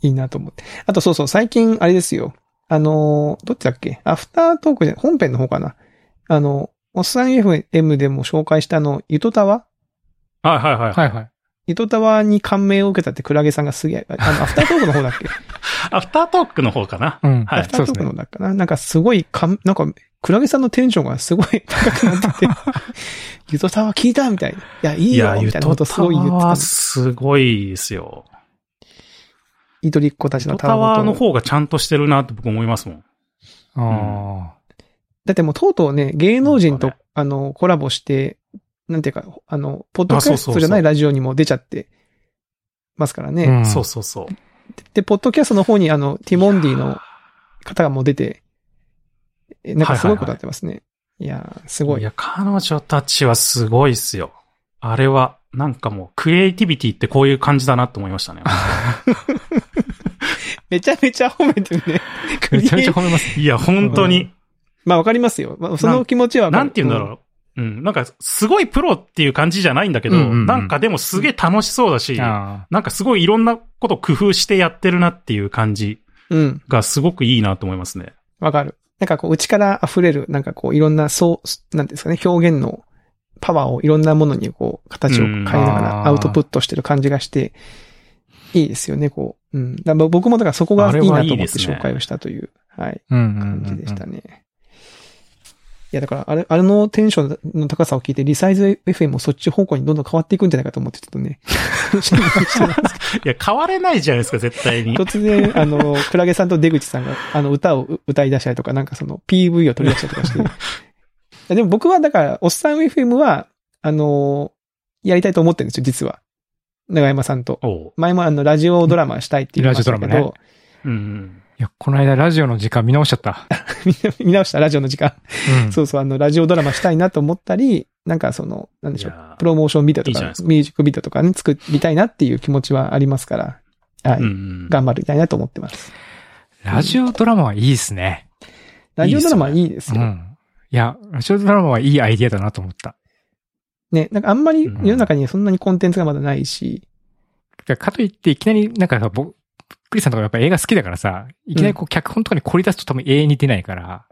Speaker 2: いいなと思って。あとそうそう、最近、あれですよ。あのーどっちだっけアフタートークじゃ、本編の方かな。あの、おっさん FM でも紹介したあの、ゆとたわ
Speaker 3: はいはいはい。
Speaker 1: はいはい。
Speaker 2: ゆとたわに感銘を受けたってクラゲさんがすげえ、あ あの、アフタートークの方だっけ
Speaker 3: アフタートークの方かな。
Speaker 1: うん。
Speaker 3: はい
Speaker 2: アフタ
Speaker 1: そ
Speaker 2: ー
Speaker 1: う
Speaker 2: ト
Speaker 1: です
Speaker 2: ークの
Speaker 1: ね
Speaker 2: 方。だっけな。なんかすごいかん、なんか、クラゲさんのテンションがすごい高くなってて、 ゆとたわ聞いたみたいな。いや、いいよみたいなことすごい言ってた
Speaker 3: は
Speaker 2: の。
Speaker 3: すごいですよ。
Speaker 2: イトリッコたちの
Speaker 3: ド
Speaker 2: たわ
Speaker 3: タ
Speaker 2: ご
Speaker 3: ワ
Speaker 2: と
Speaker 3: ーの方がちゃんとしてるなって僕思いますもん。
Speaker 1: あ
Speaker 2: だってもうとうとうね、芸能人と、
Speaker 3: そうだ
Speaker 2: あの、コラボして、なんていうか、あの、ポッドキ
Speaker 3: あ
Speaker 2: ャス
Speaker 3: そうそ
Speaker 2: ト
Speaker 3: うそう
Speaker 2: じゃないラジオにも出ちゃってますから
Speaker 1: あ。
Speaker 2: ね。
Speaker 1: ん
Speaker 3: そうそうそう。
Speaker 2: で、ポッドキャストの方にあの、ティモンディの方がもう出て、えなんかすごいことやってますね。いやー、すご
Speaker 3: い
Speaker 2: い。
Speaker 3: や、彼女たちはすごいっすよ。あれは、なんかもう、クリエイティビティってこういう感じだなって思いまし たね。
Speaker 2: めちゃめちゃ褒めてるね。ク
Speaker 1: め
Speaker 2: リ
Speaker 1: ちゃめ
Speaker 2: エ
Speaker 1: ち
Speaker 2: イ
Speaker 1: ゃ褒めます。
Speaker 3: いや、本当に。
Speaker 2: まあわかりますよ。まあ、その気持ちはわかる
Speaker 3: なんて言うんだろう。うん。なんか、すごいプロっていう感じじゃないんだけど、
Speaker 1: うんうんうん
Speaker 3: なんかでもすげえ楽しそうだし、
Speaker 1: あ
Speaker 3: なんかすごいいろんなこと工夫してやってるなっていう感じ
Speaker 2: うん。うん。
Speaker 3: がすごくいいなと思いますね。
Speaker 2: わかる。なんかこう、内から溢れる、なんかこう、いろんな、そう、なんていうんですかね、表現のパワーをいろんなものにこう、形を変えなが
Speaker 1: うんあ
Speaker 2: ら
Speaker 1: ー
Speaker 2: アウトプットしてる感じがして、いいですよね、こう。うん。だから僕もだからそこが
Speaker 3: あ
Speaker 2: い
Speaker 3: れ
Speaker 2: い
Speaker 3: は
Speaker 2: ないと思
Speaker 3: いで
Speaker 2: って
Speaker 3: すね
Speaker 2: 紹介をしたという、はい、
Speaker 1: あ。うんうん
Speaker 2: 感
Speaker 1: うんう
Speaker 2: じ
Speaker 1: ん。
Speaker 2: でしたね。いや、だから、あれ、あれのテンションの高さを聞いて、リサイズ FM もそっち方向にどんどん変わっていくんじゃないかと思って、ちょっと ね、楽しみにしてたんですけ
Speaker 3: いや、変われないじゃないですか、絶対に
Speaker 2: ど。 突然、あの、クラゲさんと出口さんが、あの、歌を歌い出したりとか、なんかその、PV を取り出したりとかして。いや でも僕は、だから、おっさん FM は、あの、やりたいと思ってるんですよ、実は。長山さんと。
Speaker 3: おう。
Speaker 2: 前もあの、ラジオドラマしたいっていう話だけ
Speaker 1: ラジオドラマ
Speaker 2: ど、
Speaker 3: うんうん。
Speaker 1: いや、この間ラジオの時間見直しちゃった。
Speaker 2: 見見直したラジオの時間。
Speaker 1: うん
Speaker 2: そうそう、あの、ラジオドラマしたいなと思ったり、なんかその、なんでしょ
Speaker 3: いうやー、
Speaker 2: プロモーションビデオと
Speaker 3: いいじゃ
Speaker 2: か
Speaker 3: ないですか
Speaker 2: ミュージックビデオとかね、作りたいなっていう気持ちはありますから、はい。
Speaker 3: うんうん。
Speaker 2: 頑張りたいなと思ってます。
Speaker 1: ラジオドラマはいいですね。
Speaker 2: ラジオドラマいいです
Speaker 1: う
Speaker 2: よ。
Speaker 1: ん。いや、ラジオドラマはいいアイディアだなと思った。
Speaker 2: ね、なんかあんまり
Speaker 3: うん
Speaker 2: 世の中にそんなにコンテンツがまだないし、
Speaker 1: だからかといって、いきなり、なんかさ、僕、クリスさんとかやっぱ映画好きだからさ、いきなりこう脚本とかに凝り出すと多分永遠に出ない から、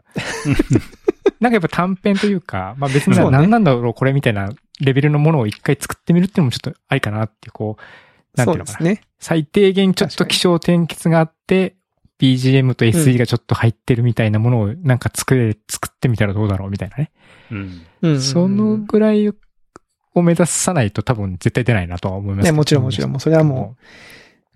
Speaker 1: なんかやっぱ短編というか、まあ別に
Speaker 2: そ
Speaker 1: さ
Speaker 2: うね
Speaker 1: 何なんだろう、これみたいなレベルのものを一回作ってみるっていうのもちょっとありかなっていう、こう、なんていう
Speaker 2: そ
Speaker 1: うの
Speaker 2: で
Speaker 1: かな
Speaker 2: す。ね。
Speaker 1: 最低限ちょっと
Speaker 2: 確かに
Speaker 1: 気象転結があって、BGM と SE がちょっと入ってるみたいなものをなんか作れ、作ってみたらどうだろうみたいなね。
Speaker 3: うん。
Speaker 2: うん。
Speaker 1: そのぐらいを目指さないと多分絶対出ないなとは思いますけ
Speaker 2: ね、
Speaker 1: ど。
Speaker 2: もちろんもちろん、もうそれはも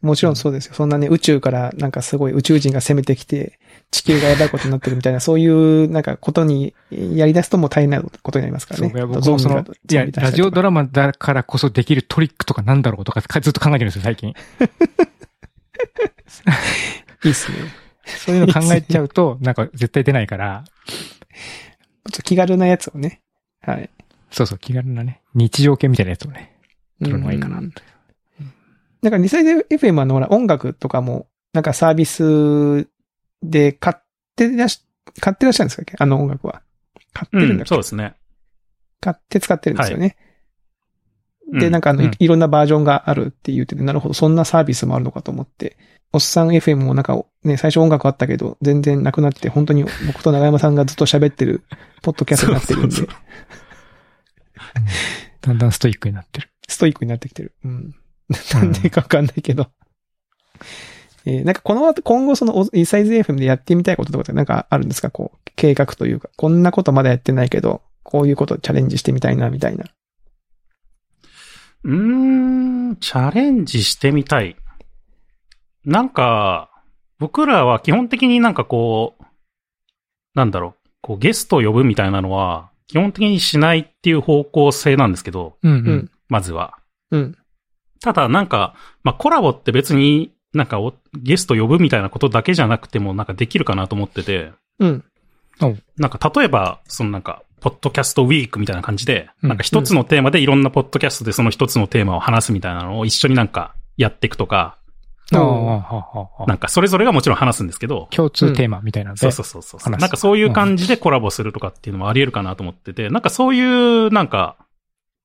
Speaker 2: う、もちろんそうですよ。そんなね、宇宙からなんかすごい宇宙人が攻めてきて、地球がやばいことになってるみたいな、そういうなんかことにやり出すともう大変なことになりますから
Speaker 1: そう
Speaker 2: ね。
Speaker 1: いや僕もその、いや、ラジオド
Speaker 2: ラ
Speaker 1: ラマだからこそできるトリックとかなんだろうとかかずっと考えてるんですよ、最 近。
Speaker 2: いいっすね。
Speaker 1: そういうの考え ちゃうと、なんか絶対出ないから、
Speaker 2: ちょっと気軽なやつをね。はい。
Speaker 1: そうそう、気軽なね、日常系みたいなやつをね。撮るのがいいかな
Speaker 2: うん。なんか、リサイズ FM はあの、ほら、音楽とかも、なんかサービスで買ってらし、買ってらっしゃるんですかっけあの音楽は。買って
Speaker 3: う
Speaker 2: るんだ
Speaker 3: ん
Speaker 2: っ、け、
Speaker 3: そうですね。
Speaker 2: 買って使ってるんですよね。
Speaker 3: い
Speaker 2: で、
Speaker 3: うん
Speaker 2: なんかあの、い
Speaker 1: うん
Speaker 2: いろんなバージョンがあるって言ってて、なるほど、そんなサービスもあるのかと思って。おっさん FM もなんか、ね、最初音楽あったけど、全然なくなって、本当に僕と長山さんがずっと喋ってる、ポッドキャストになってるんで。
Speaker 3: そうそう
Speaker 1: だんだんストイックになってる。
Speaker 2: ストイックになってきてる。うん。なんでかわかんないけど。えーなんかこの後、今後その、イサイズ FM でやってみたいこととかってなんかあるんですかこう、計画というか、こんなことまだやってないけど、こういうことチャレンジしてみたいな、みたいな。
Speaker 3: うーん、チャレンジしてみたい。なんか、僕らは基本的になんかこう、なんだろう、こうゲストを呼ぶみたいなのは、基本的にしないっていう方向性なんですけど、
Speaker 1: うん
Speaker 2: う
Speaker 1: うんん。
Speaker 3: まずは。
Speaker 2: うん。
Speaker 3: ただなんか、まあコラボって別になんかおゲスト呼ぶみたいなことだけじゃなくてもなんかできるかなと思ってて、
Speaker 2: うん。
Speaker 3: なんか例えば、そのなんか、ポッドキャストウィークみたいな感じで、
Speaker 1: うん
Speaker 3: なんか一つのテーマでいろんなポッドキャストでその一つのテーマを話すみたいなのを一緒になんかやっていくとか、
Speaker 1: ああ、
Speaker 2: あ
Speaker 1: ああ、あ
Speaker 3: なんかそれぞれがもちろん話すんですけど、
Speaker 1: 共通テーマみたいなので。
Speaker 3: そうそうそうそう。
Speaker 1: 話す
Speaker 3: なんかそういう感じでコラボするとかっていうのもあり得るかなと思ってて、なんかそういうなんか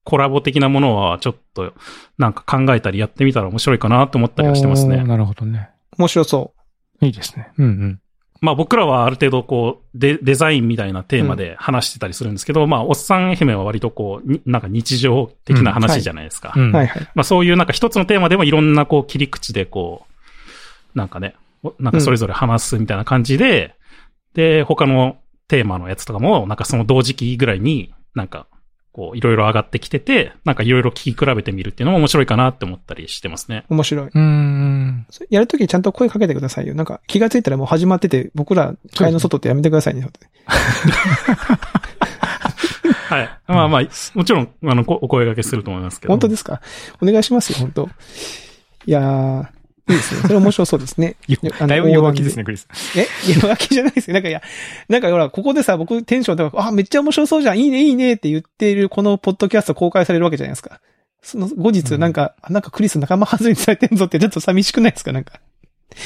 Speaker 3: コラボ的なものはちょっとなんか考えたりやってみたら面白いかなと思ったりはしてます
Speaker 1: おー
Speaker 3: ね。
Speaker 1: なるほどね。
Speaker 2: 面白そ
Speaker 1: いいですね。うんうん。
Speaker 3: まあ僕らはある程度こうデデザインみたいなテーマで話してたりするんですけど、まあおっさん愛媛は割とこうになんか日常的な
Speaker 2: うんはい
Speaker 3: 話じゃないですか。
Speaker 1: うん。
Speaker 2: う。はいはい。
Speaker 3: まあそういうなんか一つのテーマでもいろんなこう切り口でこう、なんかね、おなんかそれぞれ話すみたいな感じで、で、他のテーマのやつとかも、なんかその同時期ぐらいになんか、こういろいろ上がってきてて、なんかいろいろ聞き比べてみるっていうのも面白いかなって思ったりしてますね。
Speaker 2: 面白い。
Speaker 1: うーん。
Speaker 2: それやるときちゃんと声かけてくださいよ。なんか気がついたらもう始まってて、僕ら、
Speaker 1: すね
Speaker 2: 会の外ってやめてくださいね。
Speaker 3: はい。まあまあ、もちろん、あの、こお声掛けすると思いますけど。
Speaker 2: 本当
Speaker 3: で
Speaker 2: ですかお願いしますよ、本当いやー、いいですね。それ面白そうですね。よあの
Speaker 1: だいぶ弱気ですね、クリス。
Speaker 2: え弱気じゃないですよ。なんかいや、なんかほら、ここでさ、僕テンション高く、あ、めっちゃ面白そうじゃん、いいね、いいねって言っている、このポッドキャスト公開されるわけじゃないですか。その後日、
Speaker 1: うん
Speaker 2: なんか、あなんかクリス仲間外れにされてんぞって、ちょっと寂しくないですかなんか。ち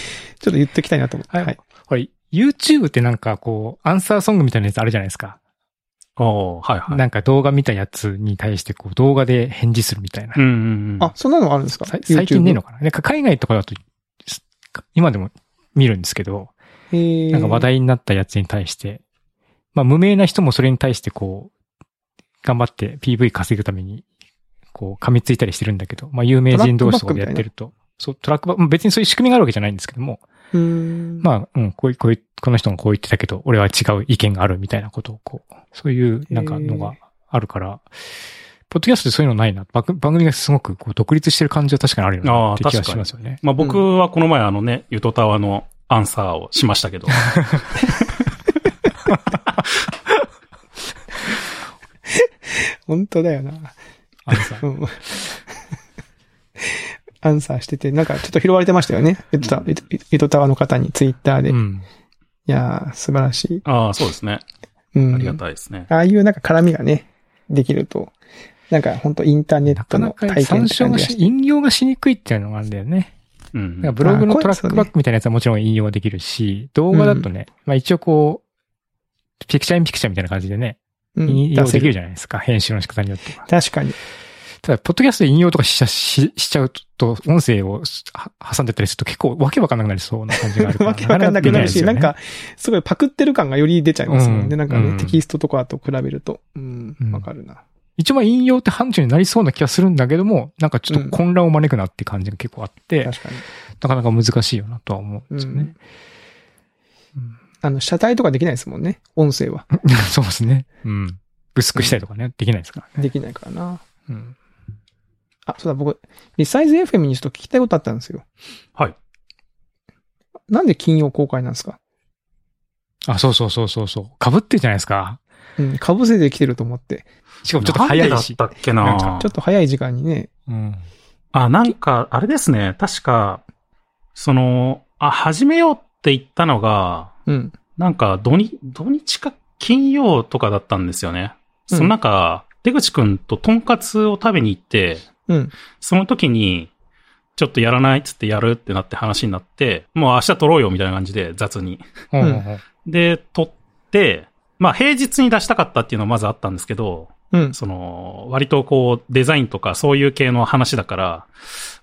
Speaker 2: ょっと言っておきたいなと思って。
Speaker 1: は
Speaker 2: はいい。
Speaker 1: ほら、YouTube ってなんかこう、アンサーソングみたいなやつあるじゃないですか。
Speaker 3: おーはいはい。
Speaker 1: なんか動画見たやつに対してこう、動画で返事するみたいな
Speaker 3: うん。うんうん。
Speaker 2: あ、そんなのあるんですか
Speaker 1: さ最近ねえの
Speaker 2: か。
Speaker 1: かななんか海外とかだと、す今でも見るんですけど、
Speaker 2: えー、
Speaker 1: なんか話。題になったやつに対して、まあ無名な人もそれに対してこう、頑張って PV 稼ぐために、こう噛みついたりしてるんだけど、まあ有名人同士とかでやってると、そう、トラックバまあ別にそういう仕組みがあるわけじゃないんですけども、
Speaker 2: うーん。まあ、
Speaker 1: まあ、うん、こういう、こういう、この人もこう言ってたけど、俺は違う意見があるみたいなことをこう、そういうなんかのがあるから、ポッドキャストでそういうのないな。番番組がすごくこう独立してる感じは確かにあるよね。
Speaker 3: ああ
Speaker 1: って気が
Speaker 3: 確か
Speaker 1: し
Speaker 3: に
Speaker 1: ますよね。
Speaker 3: まあ僕はこの前あのね、ゆとたわのアンサーをしました けど。
Speaker 2: 本当だよな。
Speaker 1: あのさ
Speaker 2: うん。 アンサーしてて、なんかちょっと拾われてましたよね。ゆとた、ゆとゆとたわの方にツイッターで。
Speaker 1: う
Speaker 2: い
Speaker 1: ん。
Speaker 2: やー、素晴らしい。
Speaker 3: ああ、そうですね。
Speaker 2: うん。
Speaker 3: ありがたいですね。
Speaker 2: ああいうなんか絡みがね、できると、なんか本当インターネ
Speaker 1: な
Speaker 2: ット
Speaker 1: かな
Speaker 2: の
Speaker 1: か
Speaker 2: 体験
Speaker 1: 参
Speaker 2: って
Speaker 1: 照
Speaker 2: 感
Speaker 1: が
Speaker 2: じが
Speaker 1: し
Speaker 2: し、
Speaker 1: 引用がしにくいっていうのがあるんだよね。
Speaker 3: うんうん
Speaker 1: だからブログ
Speaker 2: あ
Speaker 1: の
Speaker 2: ー
Speaker 1: トラックバックみたいなやつはもちろん引用はできるし、動画だとね、まあ一応こう、ピクチャーインピクチャーみたいな感じでね、
Speaker 2: うん
Speaker 1: 引用
Speaker 2: 出せ
Speaker 1: できる
Speaker 2: る。
Speaker 1: じゃないですか、編集の仕方によっては。
Speaker 2: 確かに。
Speaker 1: ただ、ポッドキャストで引用とかしちゃししちゃうと、音声をすは挟んでたりすると結構わけわかんなくなりそうな感じがあるから。
Speaker 2: わけわかんなくなるし、
Speaker 1: か
Speaker 2: な
Speaker 1: ら
Speaker 2: ん
Speaker 1: できい
Speaker 2: か、すごいパクってる感がより出ちゃいますもん
Speaker 1: う
Speaker 2: ね。
Speaker 1: ん
Speaker 2: なんか
Speaker 1: う
Speaker 2: ね、
Speaker 1: ん
Speaker 2: テキストとかと比べると。うん
Speaker 1: う。ん
Speaker 2: わかるな。
Speaker 1: ですよね一番引用って範疇になりそうな気がするんだけども、なんかちょっと混乱を招くなって感じが結構あって、
Speaker 2: 確かに。
Speaker 1: なかなか難しいよなとは思うん
Speaker 2: う
Speaker 1: ですよ
Speaker 2: ん
Speaker 1: ね。。うん
Speaker 2: あの、車体とかできないですもんね。音声は。
Speaker 1: そうですね。うん。薄くしたりとかね、できないですからね。
Speaker 2: できないからな。
Speaker 1: うん。
Speaker 2: あ、そうだ、僕、リサイズ FM にちょっと聞きたいことあったんですよ。
Speaker 3: はい。
Speaker 2: なんで金曜公開なんですか
Speaker 1: あ、そうそうそうそうそう。被ってるじゃないですか。
Speaker 2: うん、かぶせてきてると思って。
Speaker 1: しかもちょっと早いし。
Speaker 3: なんでだったっけ
Speaker 1: なん
Speaker 3: な
Speaker 1: か
Speaker 2: ちょっと早い時間にね。
Speaker 1: うん。
Speaker 3: あ、なんか、あれですね。確か、その、あ、始めようって言ったのが、
Speaker 2: うん。
Speaker 3: なんか、土日、土日か金曜とかだったんですよね。
Speaker 2: うん
Speaker 3: その中、出口くんととんかつを食べに行って、
Speaker 2: うん。
Speaker 3: その時に、ちょっとやらないっつってやるってなって話になって、もう明日撮ろうよみたいな感じで雑に。
Speaker 1: うんん。うん
Speaker 3: で、撮って、まあ平日に出したかったっていうのはまずあったんですけど、
Speaker 2: うん。
Speaker 3: その、割とこう、デザインとかそういう系の話だから、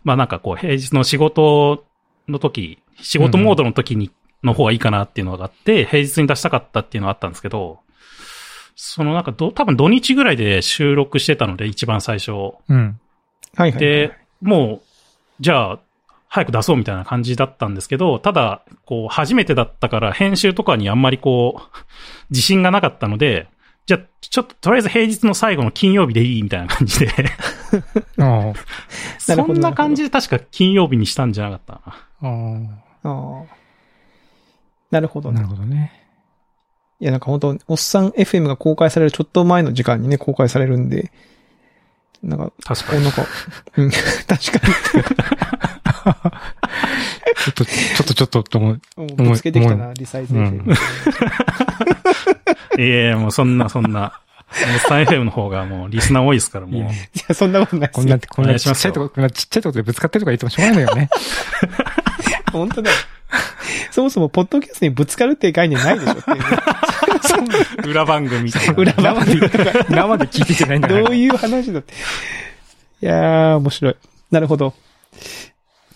Speaker 3: まあなんかこう、平日の仕事の時、仕事モードの時に、の方がいいかなっていうのがあって、平日に出したかったっていうのはあったんですけど、そのなんかど、多分土日ぐらいで収録してたので、一番最初。
Speaker 1: うん。
Speaker 2: はいはい、はい
Speaker 3: で。、もう、じゃあ、早く出そうみたいな感じだったんですけど、ただ、こう、初めてだったから、編集とかにあんまりこう、自信がなかったので、じゃあ、ちょっと、とりあえず平日の最後の金曜日でいいみたいな感じで、
Speaker 1: あ
Speaker 2: なる
Speaker 3: そ
Speaker 2: ほど
Speaker 3: んな感じで確か金曜日にしたんじゃなかったな。
Speaker 1: あ。あ
Speaker 2: ああ。なるほ
Speaker 1: あ。
Speaker 2: ど
Speaker 1: な
Speaker 2: ね
Speaker 1: る。ほどね。
Speaker 2: いや、なんか本当おっさん FM が公開されるちょっと前の時間にね、公開されるんで、なんか、
Speaker 3: 確か
Speaker 2: お
Speaker 3: に。
Speaker 2: なんか、うん確か
Speaker 1: ちょっと、ちょっと、ちょっと、と思う。
Speaker 2: に、ぶつけてきたな、リサイズ FM。
Speaker 1: うん
Speaker 3: いやいや、もうそんな、そんな。もうスタン FM の方がもうリスナー多いですから、
Speaker 2: い
Speaker 3: も
Speaker 2: や
Speaker 3: う
Speaker 2: い。や、そんなことない
Speaker 1: こ
Speaker 2: で
Speaker 1: んな、
Speaker 2: すよ。
Speaker 1: こんなちっちゃいとこ、こんなちっちゃいとこでぶつかってるとか言ってもしょうがないのよね。
Speaker 2: 本当だよ。そもそも、ポッドキャストにぶつかるって概念ないでしょっていうね
Speaker 3: 裏番組みたいな。
Speaker 2: 裏
Speaker 1: 生で、 生で聞いててないんだから。
Speaker 2: どういう話だって。いやー、面白い。なるほど。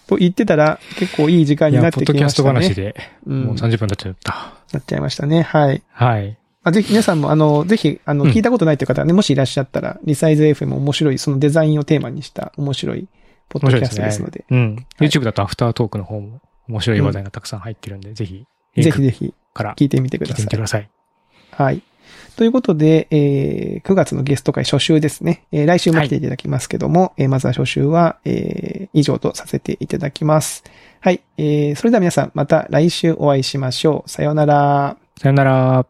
Speaker 2: と言ってたら、結構いい時間
Speaker 1: い
Speaker 2: にな
Speaker 1: や、
Speaker 2: って
Speaker 1: ポ
Speaker 2: き
Speaker 1: ッド
Speaker 2: ましたね。
Speaker 1: キャスト話で、
Speaker 2: うん
Speaker 1: もう30分経っちゃった。
Speaker 2: なっちゃいましたね。はい。
Speaker 1: はい。
Speaker 2: あぜひ、皆さんも、あの、ぜひ、あの、
Speaker 1: うん
Speaker 2: 聞いたことないという方はね、もしいらっしゃったら、リサイズ FM 面白い、そのデザインをテーマにした面白い、ポッ
Speaker 1: 面
Speaker 2: ド
Speaker 1: 白い
Speaker 2: キャ
Speaker 1: で
Speaker 2: ス
Speaker 1: す
Speaker 2: ト
Speaker 1: ね。
Speaker 2: ですので、
Speaker 1: うん。
Speaker 2: はい
Speaker 1: YouTube だとアフタートークの方も面白い話題がたくさん入ってるんで、ぜひ、
Speaker 2: ぜひぜひ、
Speaker 1: から
Speaker 2: 聞いてみてく
Speaker 1: 聞
Speaker 2: だ
Speaker 1: いて
Speaker 2: さ
Speaker 1: みて
Speaker 2: い
Speaker 1: く。ださい。
Speaker 2: はい。ということで、えー、9月のゲスト会初週ですね。えー、来週も来ていただきますけども、えー、まずは初週は、えー、以上とさせていただきます。はい。えー、それでは皆さん、また来週お会いしましょう。さようなら。
Speaker 1: さよなら。